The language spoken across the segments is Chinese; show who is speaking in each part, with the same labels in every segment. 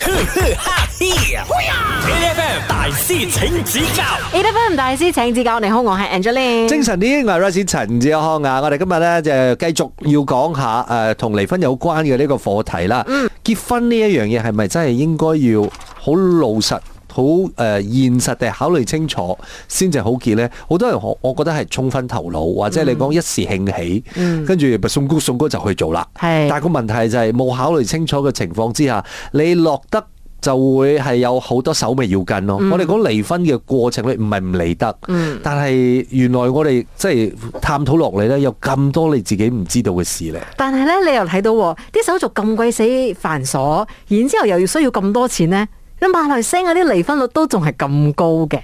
Speaker 1: 哈 FM 大師請指教
Speaker 2: ，A. F. M. 大師請指教，你好，我係 Angeline。
Speaker 3: 精神啲，我係 Royce 陳志康啊！我哋今日咧就繼續要講下誒同離婚有關嘅呢個課題啦。嗯，結婚呢一樣嘢係咪真係應該要好老實、好誒、呃、現實地考慮清楚先至好結呢？好多人我我覺得係衝昏頭腦，或者你講一時興起，跟住咪送姑送哥就去做啦。
Speaker 2: 係
Speaker 3: 但係個問題就係冇考慮清楚嘅情況之下，你落得。就會係有好多手尾要跟咯。我哋講離婚嘅過程咧，唔係唔離得，但係原來我哋即係探討落嚟咧，有咁多你自己唔知道嘅事咧。
Speaker 2: 但係咧，你又睇到喎啲手續咁鬼死繁瑣，然之後又要需要咁多錢呢。咁馬來西亞啲離婚率都仲係咁高嘅。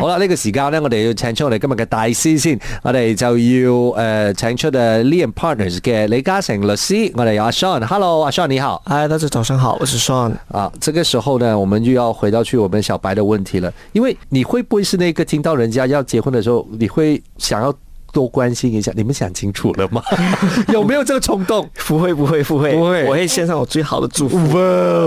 Speaker 3: 好啦，呢、個時間呢，我哋要請出我哋今日嘅大師先，我哋就要誒、呃、請出誒 Lee and Partners 嘅李嘉誠律師，我哋有阿 Sean，Hello，阿 Sean 你好。
Speaker 4: 嗨，哎大家早上好，我是 Sean。
Speaker 3: 啊，这个时候呢，我们就要回到去我们小白的问题了，因为你会不会是那个听到人家要结婚的时候，你会想要多关心一下？你们想清楚了 吗？有没有这个冲动？
Speaker 4: 不会，不会，不会，
Speaker 3: 不会
Speaker 4: 我会献上我最好的祝福。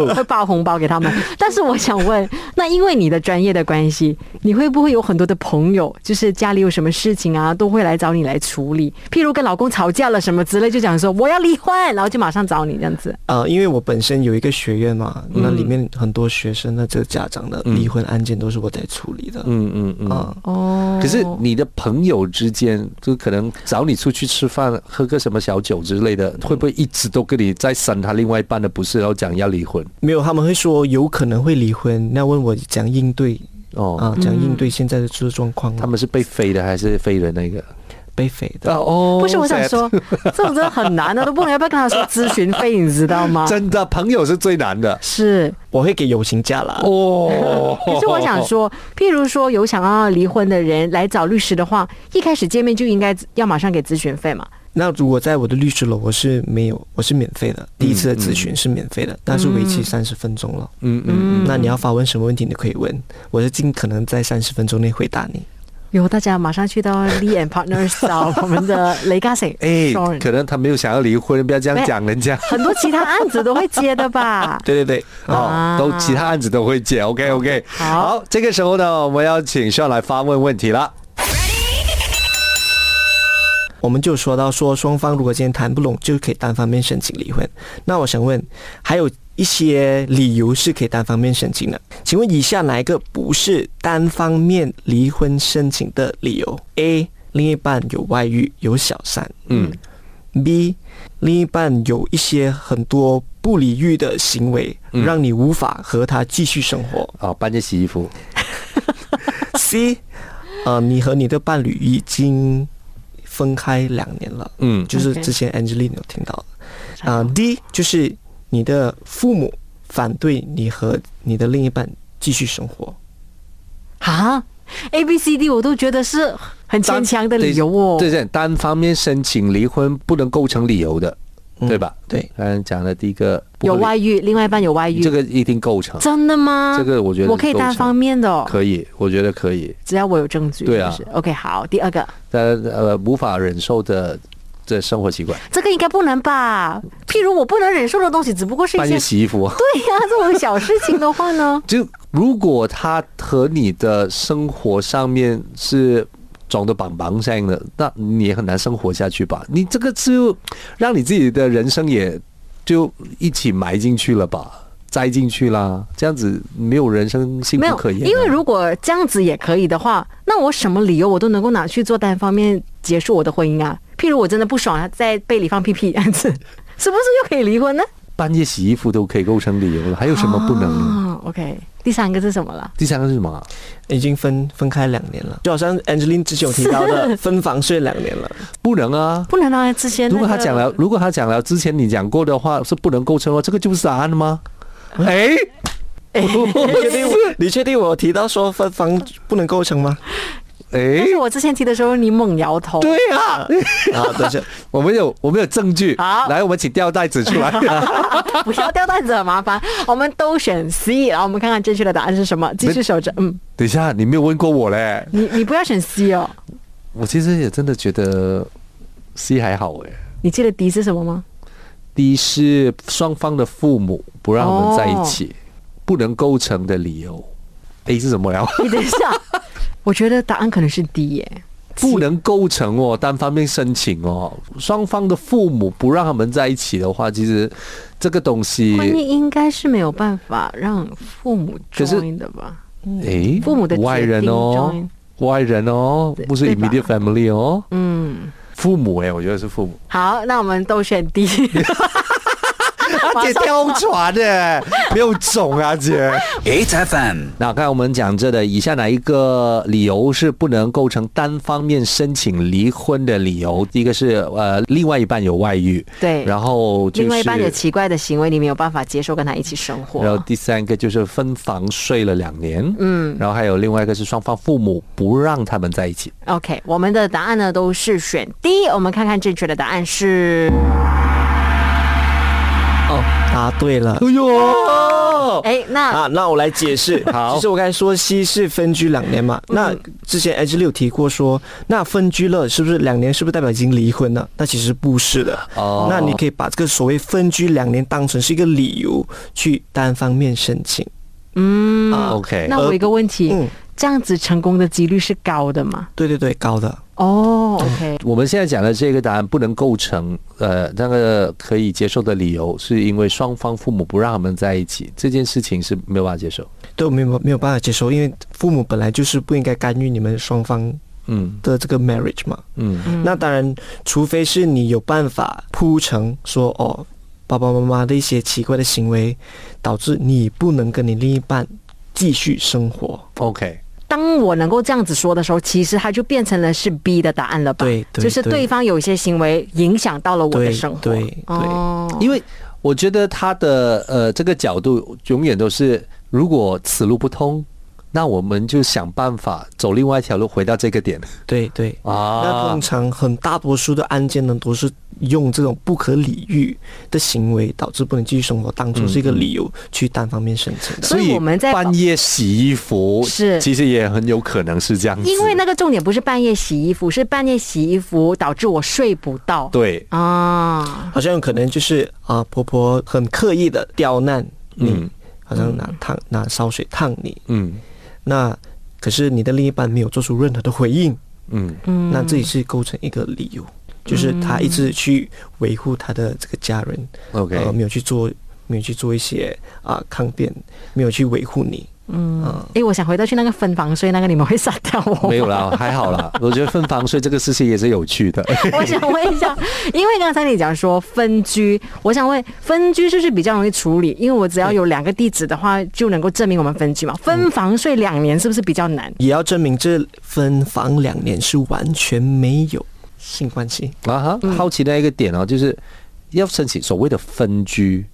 Speaker 3: 哇！
Speaker 2: 会爆红包给他们， 但是我想问，那因为你的专业的关系，你会不会有很多的朋友，就是家里有什么事情啊，都会来找你来处理？譬如跟老公吵架了什么之类，就讲说我要离婚，然后就马上找你这样子。
Speaker 4: 呃，因为我本身有一个学院嘛，
Speaker 3: 嗯
Speaker 4: 那里面很多学生，那这个家长的离婚案件都是我在处理的。
Speaker 3: 嗯嗯嗯。
Speaker 4: 啊、
Speaker 2: 哦
Speaker 3: 可是你的朋友之间，就可能找你出去吃饭，喝个什么小酒之类的，会不会一直都跟你在审他另外一半的不是，然后讲要离婚？
Speaker 4: 没有，他们会说有可能会离婚，那问我怎样应对
Speaker 3: 哦，
Speaker 4: 啊，怎样应对现在的这状况。
Speaker 3: 他们是被飞的还是飞的那个？
Speaker 4: 被匪的，
Speaker 3: 啊哦，
Speaker 2: 不是，我想
Speaker 3: sad
Speaker 2: 说，这种真的很难的，都不能要不要跟他说咨询费，你知道吗？
Speaker 3: 真的朋友是最难的
Speaker 2: 是，
Speaker 4: 我会给友情价啦。
Speaker 3: 哦。
Speaker 2: 可是我想说，譬如说有想要离婚的人来找律师的话，一开始见面就应该要马上给咨询费嘛。
Speaker 4: 那如果在我的律师楼，我是没有，我是免费
Speaker 3: 嗯
Speaker 4: 的，第一次的咨询是免费的，但是为期三十分钟了。
Speaker 3: 嗯嗯，
Speaker 4: 那你要发问什么问题，你可以问，我是尽可能在三十分钟内回答你。？
Speaker 2: 有大家马上去到 Lee and Partners 找我们的雷嘉诚
Speaker 3: 哎、
Speaker 2: Shawn
Speaker 3: 可能他没有想要离婚，不要这样讲人家。
Speaker 2: 很多其他案子都会接的吧
Speaker 4: 对对对，
Speaker 3: 哦，都其他案子都会解，OK OK。
Speaker 2: 啊好
Speaker 3: 好，这个时候呢，我们要请上来发问问题了。
Speaker 4: 我们就说到说双方如果今天谈不拢，就可以单方面申请离婚。那我想问，还有一些理由是可以单方面申请的，请问以下哪一个不是单方面离婚申请的理由？A. 另一半有外遇，有小三。
Speaker 3: 嗯
Speaker 4: B. 另一半有一些很多不理喻的行为，让你无法和他继续生活。
Speaker 3: 哦，半夜洗衣服，
Speaker 4: C，呃，你和你的伴侣已经分开两年了，
Speaker 3: 嗯
Speaker 4: 就是
Speaker 2: OK
Speaker 4: 之前 Angeline 有听到的，啊、d 就是你的父母反对你和你的另一半继续生活，
Speaker 2: 啊，A B C D 我都觉得是很
Speaker 3: 单
Speaker 2: 牵强的理由哦
Speaker 3: 对。对，单方面申请离婚不能构成理由的，
Speaker 4: 嗯
Speaker 3: 对吧？
Speaker 4: 对，
Speaker 3: 刚才讲的第一个
Speaker 2: 有外
Speaker 3: 遇，
Speaker 2: 遇，另外一半有外遇，
Speaker 3: 这个一定构成，
Speaker 2: 真的吗？
Speaker 3: 这个我觉得
Speaker 2: 我可以
Speaker 3: 够呛
Speaker 2: 单方面的、哦，
Speaker 3: 可以，我觉得可以。
Speaker 2: 只要我有证据。
Speaker 3: 对啊
Speaker 2: 是不是 OK，好，第二个，
Speaker 3: 但呃，无法忍受的这生活习惯，
Speaker 2: 这个应该不能吧？譬如我不能忍受的东西，只不过是一
Speaker 3: 半
Speaker 2: 些
Speaker 3: 夜洗衣服。，
Speaker 2: 对呀、这种小事情的话呢
Speaker 3: 就如果他和你的生活上面是撞得绑绑声的，那你也很难生活下去吧？你这个就让你自己的人生也就一起埋进去了吧，栽进去啦，这样子没有人生幸
Speaker 2: 没
Speaker 3: 福
Speaker 2: 有
Speaker 3: 可，言啊、
Speaker 2: 因为如果这样子也可以的话，那我什么理由我都能够拿去做单方面结束我的婚姻啊。譬如我真的不爽啊，在被里放屁屁这样子， 是不是又可以离婚呢？
Speaker 3: 半夜洗衣服都可以构成理由了，还有什么不能呢？
Speaker 2: 啊？OK，第三个是什么了？
Speaker 3: 第三个是什么啊？
Speaker 4: 已经分分开两年了，就好像 Angeline 之前有提到的，分房睡两年了，
Speaker 3: 不能啊！
Speaker 2: 不能让之前、
Speaker 3: 如果他讲了，，如果他讲了之前你讲过的话是不能构成哦，这个就是答案吗？
Speaker 2: 嗯
Speaker 3: 哎、
Speaker 4: 你确定我你确定我提到说分房不能构成吗？
Speaker 3: 哎、
Speaker 2: 但是我之前提的时候你猛摇头。
Speaker 3: 对啊，
Speaker 4: 啊，等一下。
Speaker 3: 我们有我们有证据。
Speaker 2: 好
Speaker 3: 来，我们请吊带子 出来。
Speaker 2: 不要掉袋子很麻烦，我们都选 C，然后我们看看正确的答案是什么。继续守着，嗯，
Speaker 3: 等一下，你没有问过我嘞。
Speaker 2: 你你不要选 C 哦，
Speaker 3: 我其实也真的觉得 C 还好哎。
Speaker 2: 你记得 D 是什么吗？
Speaker 3: 第一是双方的父母不让我们在一起，不能构成的理由，A 是什 么呀？
Speaker 2: 你等一下，我觉得答案可能是 D 耶、
Speaker 3: 不能构成哦，单方面申请哦，双方的父母不让他们在一起的话，其实这个东西
Speaker 2: 婚，姻应该是没有办法让父母
Speaker 3: 可是
Speaker 2: join 的吧？
Speaker 3: 诶，
Speaker 2: 父母的决定
Speaker 3: 外人哦
Speaker 2: join，
Speaker 3: 外人哦，不是
Speaker 2: 对吧
Speaker 3: immediate family 哦，
Speaker 2: 嗯，
Speaker 3: 父母欸诶，我觉得是父母，
Speaker 2: 好，那我们都选 D。
Speaker 3: 啊姐跳 船诶，没有种啊姐。
Speaker 1: ，H F M，
Speaker 3: 那刚才我们讲这的，以下哪一个理由是不能构成单方面申请离婚的理由？第一个是呃，另外一半有外遇，
Speaker 2: 对
Speaker 3: 然后就是
Speaker 2: 另外一半有奇怪的行为，你没有办法接受跟他一起生
Speaker 3: 然后
Speaker 2: 活。
Speaker 3: 第三个就是分房睡了两年，嗯，然后还有另外一个是双方父母不让他们在一起。
Speaker 2: OK，我们的答案呢都是选 D。我们看看正确的答案是，
Speaker 4: 答啊对了。
Speaker 3: 哎呦，
Speaker 2: 哎，那
Speaker 4: 啊，那我来解释。
Speaker 3: 好嗯
Speaker 4: 其实我刚才说西是分居两年嘛，那之前 H 六提过说，那分居了是不是两年？是不是代表已经离婚了？那其实不是的。
Speaker 3: 哦
Speaker 4: 那你可以把这个所谓分居两年当成是一个理由去单方面申请。
Speaker 2: 嗯，
Speaker 3: ，OK，
Speaker 2: 那我有一个问题，
Speaker 4: 嗯，
Speaker 2: 这样子成功的几率是高的吗？
Speaker 4: 对对对，高的。
Speaker 2: 哦，OK，
Speaker 3: 我们现在讲的这个答案不能构成呃那个可以接受的理由，是因为双方父母不让他们在一起，这件事情是没有办法接受。
Speaker 4: 对我没有没有办法接受，因为父母本来就是不应该干预你们双方
Speaker 3: 嗯
Speaker 4: 的这个 marriage 嘛。
Speaker 3: 嗯。
Speaker 4: 那当然，除非是你有办法铺成说哦，爸爸妈妈的一些奇怪的行为，导致你不能跟你另一半继续生活。
Speaker 3: OK，
Speaker 2: 当我能够这样子说的时候，其实它就变成了是 B 的答案了吧？
Speaker 4: 对对
Speaker 2: 就是对方有一些行为影响到了我的
Speaker 4: 对
Speaker 2: 生活。
Speaker 4: 对对
Speaker 2: 哦，
Speaker 3: 因为我觉得他的呃这个角度永远都是，如果此路不通，那我们就想办法走另外一条路，回到这个点
Speaker 4: 对对。那
Speaker 3: 啊
Speaker 4: 通。常很大多数的案件呢，都是用这种不可理喻的行为导致不能继续生活，当做是一个理由去单方面申请的。
Speaker 2: 所以我们在
Speaker 3: 半夜洗衣服，
Speaker 2: 是
Speaker 3: 其实也很有可能是这样子，
Speaker 2: 因为那个重点不是半夜洗衣服，是半夜洗衣服导致我睡不到。
Speaker 3: 对
Speaker 2: 啊，
Speaker 4: 好像有可能就是啊、婆婆很刻意的刁难你，
Speaker 3: 嗯
Speaker 4: 好像拿烫拿烧水烫你，
Speaker 3: 嗯
Speaker 4: 那可是你的另一半没有做出任何的回应，
Speaker 3: 嗯
Speaker 4: 那这也是构成一个理由，就是他一直去维护他的这个家人，
Speaker 3: ，OK，
Speaker 4: 呃，没有去做，没有去做一些啊、抗辩，没有去维护你，
Speaker 3: 嗯
Speaker 4: 啊
Speaker 2: 诶，我想回到去那个分房睡那个，你们会杀掉我吗
Speaker 3: 没有。啦，还 好啦。我觉得分房睡这个事情也是有趣的，
Speaker 2: 我想问一下，因为刚才你讲说分居，我想问分居是不是比较容易处理？因为我只要有两个地址的话，就能够证明我们分居嘛。
Speaker 3: 嗯
Speaker 2: 分房睡两年是不是比较难？
Speaker 4: 也要证明这分房两年是完全没有性关系。
Speaker 3: 啊哈，好奇的一个点哦，就是要申请所谓的分居，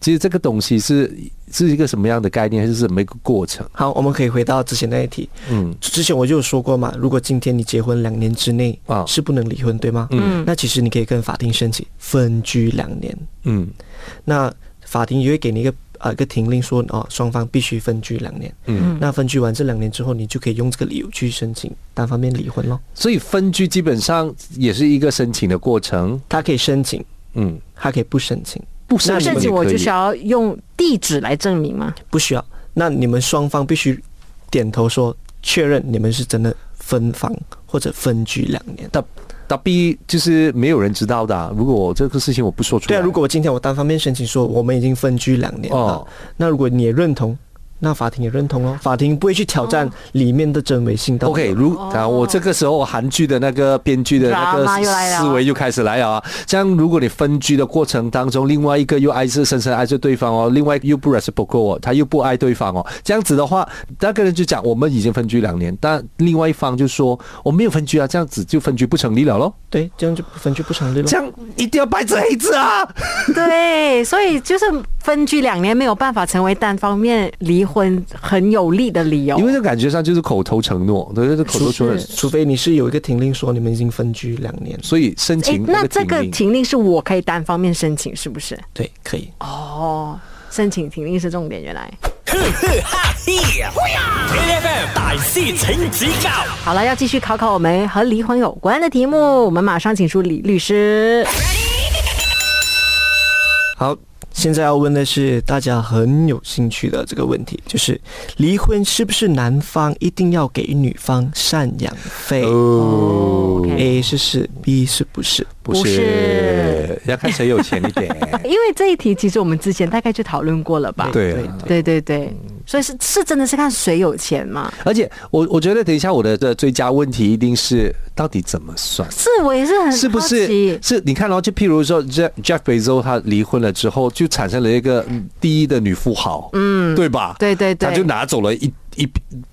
Speaker 3: 其实这个东西是是一个什么样的概念，还是什么一个过程？
Speaker 4: 好，我们可以回到之前那一题。
Speaker 3: 嗯
Speaker 4: 之前我就有说过嘛，如果今天你结婚两年之内
Speaker 3: 啊
Speaker 4: 是不能离婚，对吗？
Speaker 3: 嗯，
Speaker 4: 那其实你可以跟法庭申请分居两年。
Speaker 3: 嗯
Speaker 4: 那法庭也会给你一个呃一个停令说，哦，双方必须分居两年。
Speaker 3: 嗯，
Speaker 4: 那分居完这两年之后，你就可以用这个理由去申请单方面离婚咯。
Speaker 3: 所以分居基本上也是一个申请的过程。
Speaker 4: 他可以申请，
Speaker 3: 嗯，
Speaker 4: 他可以不申请，
Speaker 3: 不
Speaker 4: 那
Speaker 3: 申
Speaker 4: 你
Speaker 3: 请
Speaker 2: 甚
Speaker 4: 们
Speaker 2: 至
Speaker 3: 也
Speaker 2: 我
Speaker 3: 可
Speaker 2: 就
Speaker 3: 以
Speaker 2: 需要用地址来证明 吗？
Speaker 4: 不需要。那你们双方必须点头说确认你们是真的分房或者分居两年。
Speaker 3: 但但必就是没有人知道的啊、如果我这个事情我不说出来，
Speaker 4: 对啊，如果我今天我单方面申请说我们已经分居两年了，
Speaker 3: 哦
Speaker 4: 那如果你也认同，那法庭也认同哦，法庭不会去挑战里面的真伪性到底
Speaker 3: OK，如啊，我这个时候韩剧的那个编剧的那
Speaker 2: Drama
Speaker 3: 个
Speaker 2: 又来了
Speaker 3: 思维就开始来了啊。这样，如果你分居的过程当中，另外一个又爱是深深爱着对方哦，另外一个又不 reciprocal 哦，他又不爱对方哦，这样子的话，那个人就讲我们已经分居两年，但另外一方就说我没有分居啊，这样子就分居不成立了咯。
Speaker 4: 对，这样就分居不成立了
Speaker 3: 这。样一定要白纸黑字啊！
Speaker 2: 对，所以就是分居两年没有办法成为单方面离婚很有利的理由。
Speaker 3: 因为这感觉上就是口头承诺，对，就是口头承诺
Speaker 2: 是，
Speaker 4: 除非你是有一个停令说你们已经分居两年，
Speaker 3: 所以申
Speaker 2: 诶
Speaker 3: 请
Speaker 2: 那
Speaker 3: 个
Speaker 2: 这个
Speaker 3: 庭令
Speaker 2: 停令是我可以单方面申请，是不是？
Speaker 4: 对，可以。
Speaker 2: 哦，申请停令是重点，原来。
Speaker 1: ，A F M 大师请指教
Speaker 2: 好了，要继续考考我们和离婚有关的题目，我们马上请出李律师。
Speaker 4: 好，现在要问的是大家很有兴趣的这个问题，就是离婚是不是男方一定要给女方赡养费、
Speaker 2: 哦，OK
Speaker 4: a 是是，B 是不是？
Speaker 3: 不
Speaker 2: 不是
Speaker 3: 是，要看谁有钱一点。
Speaker 2: 因为这一题其实我们之前大概就讨论过了吧？
Speaker 3: 对啊
Speaker 2: 对对对，所以是是真的是看谁有钱嘛？
Speaker 3: 而且我我觉得，等一下我的的最佳问题一定是到底怎么算。
Speaker 2: 是我也是很
Speaker 3: 是不
Speaker 2: 好
Speaker 3: 是
Speaker 2: 奇？
Speaker 3: 是？你看哦，就譬如说 Jeff Jeff Bezos 他离婚了之后，就产生了一个嗯第一的女富豪，嗯，对吧？
Speaker 2: 对对对
Speaker 3: 他就拿走了一一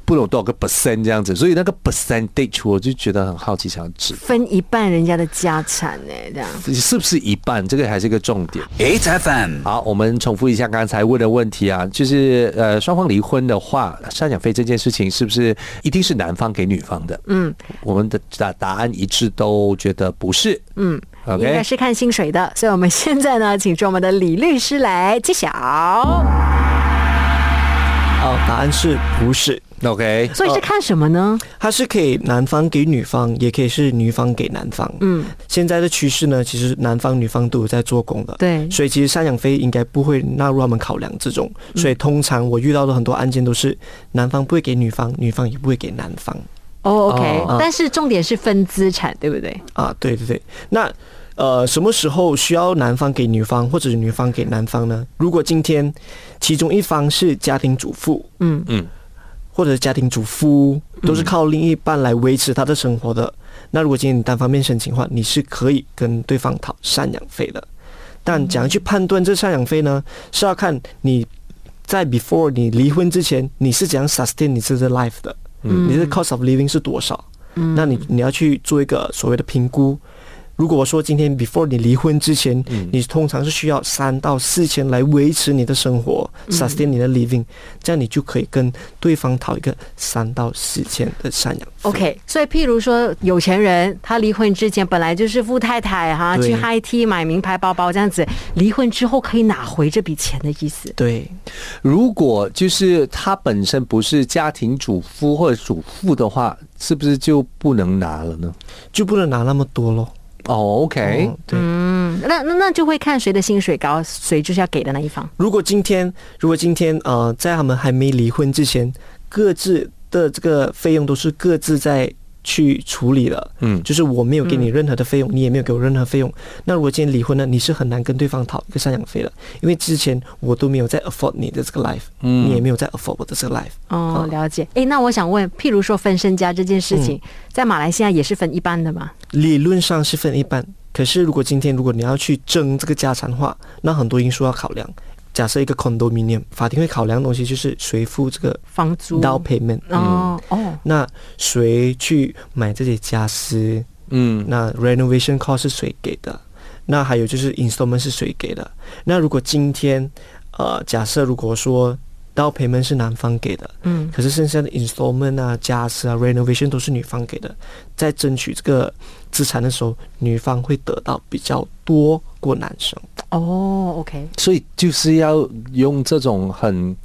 Speaker 3: 不懂多少个 percent 这样子，所以那个 percentage 我就觉得很好奇，想知
Speaker 2: 分一半人家的家产呢、这样。
Speaker 3: 是不是一半，这个还是一个重点。
Speaker 1: ，H F M，
Speaker 3: 好，我们重复一下刚才问的问题啊，就是呃，双方离婚的话，赡养费这件事情是不是一定是男方给女方的？嗯，我们的答答案一致都觉得不是。嗯
Speaker 2: 应
Speaker 3: ，OK
Speaker 2: 该。是看薪水的，所以我们现在呢，请出我们的李律师来揭晓。
Speaker 4: 哦，答案是不是？
Speaker 3: OK，
Speaker 2: 所以是看什么呢？
Speaker 4: 它是可以男方给女方，也可以是女方给男方。嗯，现在的趋势呢，其实男方女方都有在做工的。
Speaker 2: 对
Speaker 4: 所以其实赡养费应该不会纳入他们考量之中。所以通常我遇到的很多案件都是男方不会给女方，女方也不会给男方。
Speaker 2: 哦、o k
Speaker 3: 哦
Speaker 2: 但是重点是分资产，对不对？
Speaker 4: 啊，对对对，那。呃，什么时候需要男方给女方，或者是女方给男方呢？如果今天其中一方是家庭主妇，
Speaker 2: 嗯
Speaker 3: 嗯，
Speaker 4: 或者家庭主夫，都是靠另一半来维持他的生活的，那如果今天你单方面申请的话，你是可以跟对方讨赡养费的。但怎样去判断这赡养费呢？是要看你在 before 你离婚之前，你是怎样 sustain 你自己的 life 的，你的 cost of living 是多少？那你你要去做一个所谓的评估。如果我说今天 before 你离婚之前，你通常是需要三到四千来维持你的生活、sustain 你的 living，这样你就可以跟对方讨一个三到四千的赡养费。
Speaker 2: OK，所以譬如说有钱人，他离婚之前本来就是富太太哈，
Speaker 4: 对
Speaker 2: 去 high tea 买名牌包包这样子，离婚之后可以拿回这笔钱的意思。
Speaker 4: 对，
Speaker 3: 如果就是他本身不是家庭主夫或者主妇的话，是不是就不能拿了呢？
Speaker 4: 就不能拿那么多咯。
Speaker 3: 哦，OK，
Speaker 4: 嗯，对。
Speaker 2: 嗯，那那那就会看谁的薪水高，谁就是要给的那一方。
Speaker 4: 如果今天，如果今天呃，在他们还没离婚之前，各自的这个费用都是各自在去处理的，
Speaker 3: 嗯
Speaker 4: 就是我没有给你任何的费用，你也没有给我任何费用。那如果今天离婚呢，你是很难跟对方讨一个赡养费的，因为之前我都没有在 afford 你的这个 life，、你也没有在 afford 我的这个 life。
Speaker 2: 哦，了解。诶，那我想问，譬如说分身家这件事情，在马来西亚也是分一般的嘛？
Speaker 4: 理论上是分一半，可是如果今天如果你要去争这个家产的话，那很多因素要考量。假设一个 condominium，法庭会考量的东西就是谁付这个
Speaker 2: 房租
Speaker 4: down payment，、
Speaker 2: 哦哦，
Speaker 4: 那谁去买这些家私？
Speaker 3: 嗯，
Speaker 4: 那 renovation cost 是谁给的？那还有就是 installment 是谁给的？那如果今天，呃，假设如果说 down payment 是男方给的，
Speaker 2: 嗯，
Speaker 4: 可是剩下的 installment 啊、家私啊、renovation 都是女方给的，在争取这个资产的时候，女方会得到比较多过男生。
Speaker 2: 哦，OK，
Speaker 3: 所以就是要用这种很。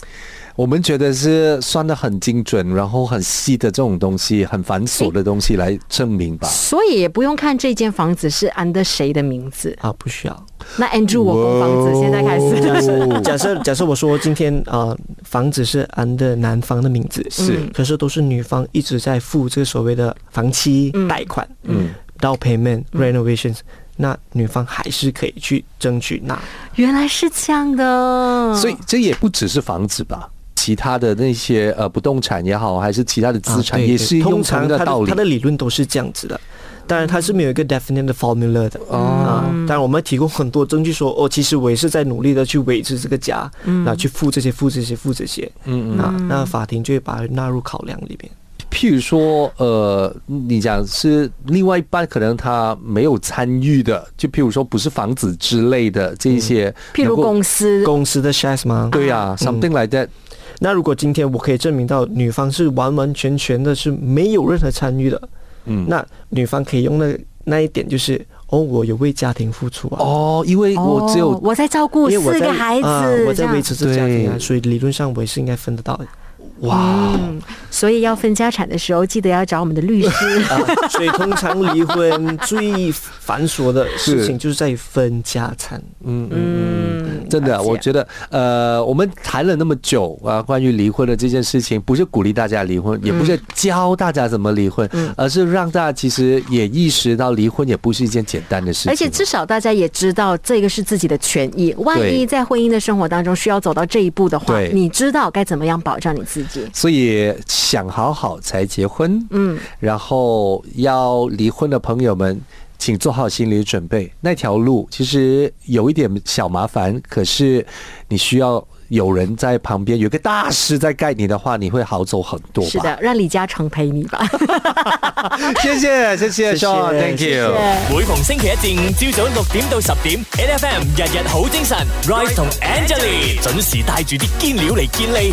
Speaker 3: 我们觉得是算的很精准，然后很细的这种东西，很繁琐的东西来证明吧。
Speaker 2: 所以也不用看这间房子是 under 谁的名字。
Speaker 4: 啊，不需要。
Speaker 2: 那 Andrew 我供房子现在开始，
Speaker 4: 假设假设我说今天呃房子是安的男方的名字
Speaker 3: 是
Speaker 4: 可是都是女方一直在付这个所谓的房期贷款，嗯，down 嗯 payment renovations，、那女方还是可以去争取拿。
Speaker 2: 原来是这样的。
Speaker 3: 哦所以这也不只是房子吧，其他的那些呃不动产也好，还是其他的资产，
Speaker 4: 啊对
Speaker 3: 也
Speaker 4: 对
Speaker 3: 是用
Speaker 4: 通
Speaker 3: 同
Speaker 4: 常
Speaker 3: 样的
Speaker 4: 他
Speaker 3: 道
Speaker 4: 的
Speaker 3: 理
Speaker 4: 他。的理论都是这样子的。当然，它是没有一个 definite 的 formula 的、
Speaker 3: 哦
Speaker 4: 啊。当然，我们提供很多证据说，哦，其实我也是在努力的去维持这个家，嗯、啊，去付这些、付这些、付这些。嗯嗯。啊，那法庭就会把它纳入考量里面。
Speaker 3: 譬如说，呃，你讲是另外一半可能他没有参与的，就譬如说不是房子之类的这一
Speaker 2: 嗯
Speaker 3: 些，
Speaker 2: 譬如
Speaker 3: 能够
Speaker 2: 公嗯司
Speaker 4: 公司的 shares 吗？
Speaker 3: 对呀、s o m e t h i n g like that，
Speaker 4: 那如果今天我可以证明到女方是完完全全的是没有任何参与的，
Speaker 3: 嗯
Speaker 4: 那女方可以用那那一点就是，哦，我有为家庭付出啊，
Speaker 3: 哦，因为我只有、
Speaker 2: 哦我在照顾
Speaker 4: 因为我
Speaker 2: 四
Speaker 4: 在
Speaker 2: 个孩子，
Speaker 4: 啊
Speaker 2: 这
Speaker 4: 我在
Speaker 2: 样
Speaker 4: 维持这个家庭啊，
Speaker 3: 对
Speaker 4: 所以理论上我也是应该分得到的。
Speaker 3: 哇，
Speaker 2: 所以要分家产的时候，记得要找我们的 律师。
Speaker 4: 啊所以通常离婚最繁琐的事情就是在于分家产。
Speaker 2: 嗯，
Speaker 3: 真的，
Speaker 2: 了解
Speaker 3: 我觉得，呃，我们谈了那么久啊，关于离婚的这件事情，不是鼓励大家离
Speaker 2: 嗯
Speaker 3: 婚，也不是教大家怎么离婚，而是让大家其实也意识到，离婚也不是一件简单的事情。
Speaker 2: 而且至少大家也知道这个是自己的权益。万一
Speaker 3: 对
Speaker 2: 在婚姻的生活当中需要走到这一步的话，
Speaker 3: 对
Speaker 2: 你知道该怎么样保障你自己。
Speaker 3: 所以想好好才结婚，嗯，然后要离婚的朋友们，请做好心理准备。那条路其实有一点小麻烦，可是你需要有人在旁边，有个大师在盖你的话，你会好走很多吧？
Speaker 2: 是的，让李嘉诚陪你吧。
Speaker 3: 谢谢，谢谢
Speaker 4: 谢谢
Speaker 3: Sean，Thank
Speaker 4: 谢
Speaker 3: you。
Speaker 1: 每逢星期一至五朝早六點到十點，N F M 日日好精神，Rise 同 Angelie 準時帶住啲堅料嚟健利。